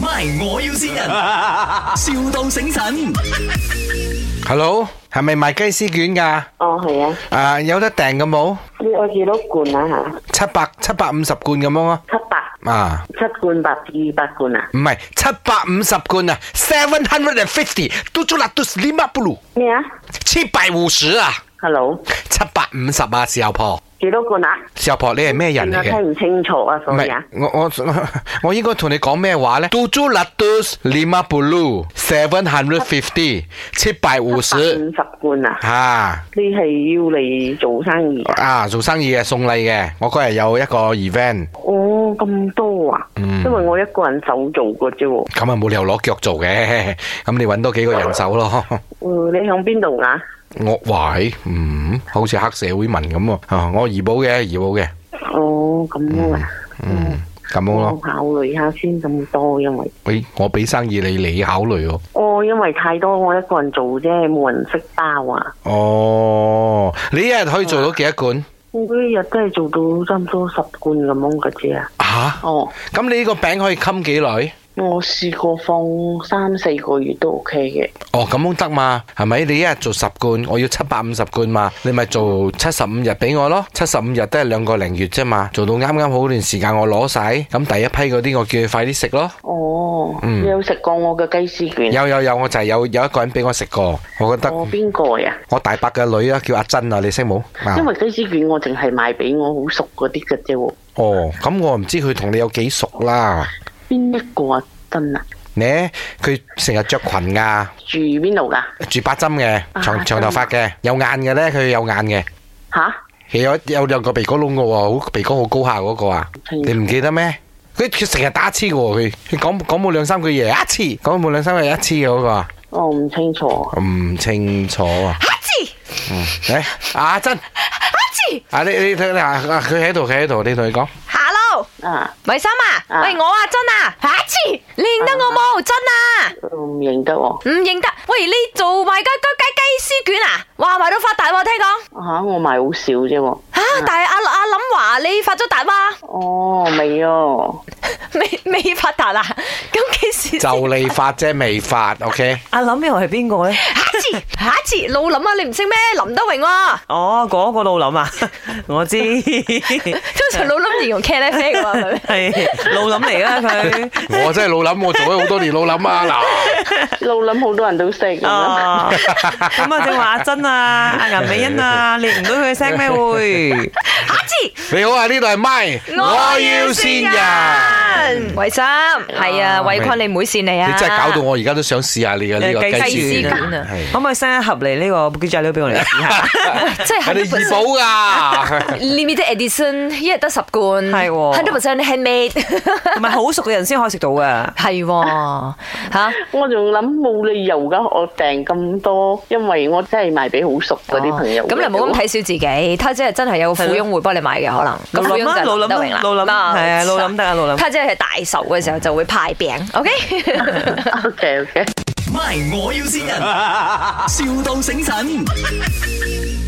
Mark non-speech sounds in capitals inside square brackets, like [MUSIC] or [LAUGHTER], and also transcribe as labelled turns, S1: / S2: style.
S1: ，My 我要先人，,笑到醒神。
S2: Hello，系咪卖雞絲卷㗎？
S3: 哦，系啊，
S2: 啊，有得訂嘅冇？
S3: 呢我幾多罐啊吓？
S2: 七百七百五十罐咁樣咯。
S3: 七百
S2: 啊，
S3: 七罐百二百罐啊？
S2: 唔係七百五十罐啊，seven hundred and fifty，都做啦，都 lima blue，
S3: 咩啊
S2: 七百五十啊，
S3: ？Hello，
S2: 七百五十啊，小婆，
S3: 幾多罐啊？
S2: 小婆你係咩人嚟
S3: 我
S2: 嘅？
S3: 聽唔清楚啊，所以啊，
S2: 我我我應該同你講咩話咧？杜珠拉杜斯 lima blue seven hundred fifty 七百五十
S3: 五十罐啊？
S2: 啊
S3: 你係要嚟做生意啊？
S2: 啊！做生意嘅送禮嘅，我嗰日有一個 event，
S3: 哦，咁多啊？
S2: 嗯
S3: 因為我一個人手做嘅啫喎。
S2: 咁啊冇理由攞腳做嘅， [LAUGHS] 咁你揾多幾個人手咯。 [LAUGHS]
S3: 哦你響邊度啊？
S2: 我喂，嗯，好似黑社會文咁喎。啊，我怡保嘅，怡保嘅，
S3: 哦，咁樣啊？
S2: 嗯，咁樣
S3: 我
S2: 咯。
S3: 考慮下先咁多，因為
S2: 喂、我俾生意你，你考慮喎。
S3: 哦，因為太多，我一個人做啫，冇人識包啊。
S2: 哦，你一日可以做到幾多罐？
S3: 我一日都係做到差唔多十罐咁樣嘅啫啊。
S2: 吓、
S3: 哦。
S2: 咁你呢個餅可以冚幾耐？
S3: 我試過放三四個月都 OK 嘅，
S2: 哦，咁樣得嘛？係咪？你一日做十罐，我要七百五十罐嘛？你咪做七十五日俾我咯，七十五日都係兩個零月啫嘛，做到啱啱好段時間我攞晒，咁第一批嗰啲我叫佢快啲食咯。
S3: 哦，你有食過我嘅雞絲卷？
S2: 嗯 [LAUGHS] 有有有，我就係有有一個人俾我食過，我覺得
S3: 我邊個呀？
S2: 我大伯嘅女啊，叫阿珍啊，你識冇？啊
S3: 因為雞絲卷我淨係賣俾我好熟嗰啲嘅啫喎，
S2: 哦，咁我唔知佢同你有幾熟啦。
S3: 邊一個啊？真啊？
S2: 呢，佢成日着裙噶，
S3: 住邊度㗎？
S2: 住八針嘅，
S3: 啊
S2: 長長頭髮嘅，有眼嘅咧，佢有眼嘅。
S3: 吓？
S2: 佢有有兩個鼻哥窿嘅喎，好鼻哥好高下嗰個啊，
S3: 係
S2: 你唔記得咩？佢佢成日打黐嘅喎，佢佢講講冇兩三句嘢一次，講冇兩三句嘢一次嘅嗰個啊，
S3: 我哦唔清楚。
S2: 唔清楚啊。
S4: 阿志，
S2: 嚟、阿珍，
S4: 阿志
S2: 啊你你睇下，啊佢喺度，佢喺度，你同佢講，
S4: ，hello，
S3: 啊，
S4: 維生啊，
S3: 啊
S4: 喂我啊真啊，阿志，你認得我冇真啊？
S3: 唔認得喎。
S4: 唔認得，喂你做賣雞雞雞雞絲卷啊？哇賣到發達喎，聽講
S3: 吓，我賣好少啫喎。
S2: 啊
S4: 吓，但係阿阿林華你發咗達哇？
S3: 哦，未
S2: [LAUGHS]
S3: 哦。
S4: [LAUGHS] 未未發達啊？咁幾時
S2: [LAUGHS]
S4: 先？
S2: 就你發啫，未發，OK？
S5: 阿林又係邊個咧？
S4: 阿志，阿志，老林啊，你唔識咩？林德
S2: [LAUGHS]
S4: 榮喎，
S5: 哦，嗰、個老林啊， [LAUGHS] 我知，係
S4: 通常老林形容茄喱啡嘅喎，
S2: [LAUGHS]
S4: 係咪？
S5: 老林嚟 [LAUGHS] 啦佢。
S2: 我真係老諗，我做咗好多年老諗啊嗱，
S3: 老諗好多人都識咁
S2: 啊
S3: 樣。
S5: 哦，咁啊，正話阿珍啊，阿顏美欣 [LAUGHS] 啊，你唔到佢嘅聲咩會？
S4: 阿志。
S2: 你好啊，呢度係咪？先
S4: 維生，係啊，
S2: 喂
S4: 偉坤你唔會善你啊！
S2: 你真係搞到我而家都想試下你嘅呢個
S5: 你嘅
S2: 雞
S4: 雞
S2: 絲卷
S4: 絲卷
S2: 啊
S4: 啊
S2: 係
S5: 可唔可以 send 一盒嚟呢個叫仔女俾我嚟試下？
S4: [LAUGHS] 真
S2: 我哋
S4: 係
S2: 怡保㗎。 [LAUGHS]
S4: limited edition，一日得十罐，
S5: 係喎
S4: ，hundred percent handmade，
S5: 同埋好熟嘅人先可以食到噶。
S4: [LAUGHS] 係喎嚇，
S3: 我仲諗冇理由噶，我訂咁多，因為我真係賣俾好熟嗰啲朋友。
S4: 哦咁你唔好
S3: [LAUGHS]
S4: 咁睇。小自己，他姐係真係有個富翁會幫你買嘅可能。咁
S5: 老
S4: 富
S5: 林
S4: 翁
S5: 啊，
S4: 就係林德榮啦，
S5: 老林啊老林啊，係啊，老林得啊，老林。
S4: 他姐係大壽嘅時候就會派餅，OK。
S3: O K O K。
S1: My 我要先人，,笑到醒神。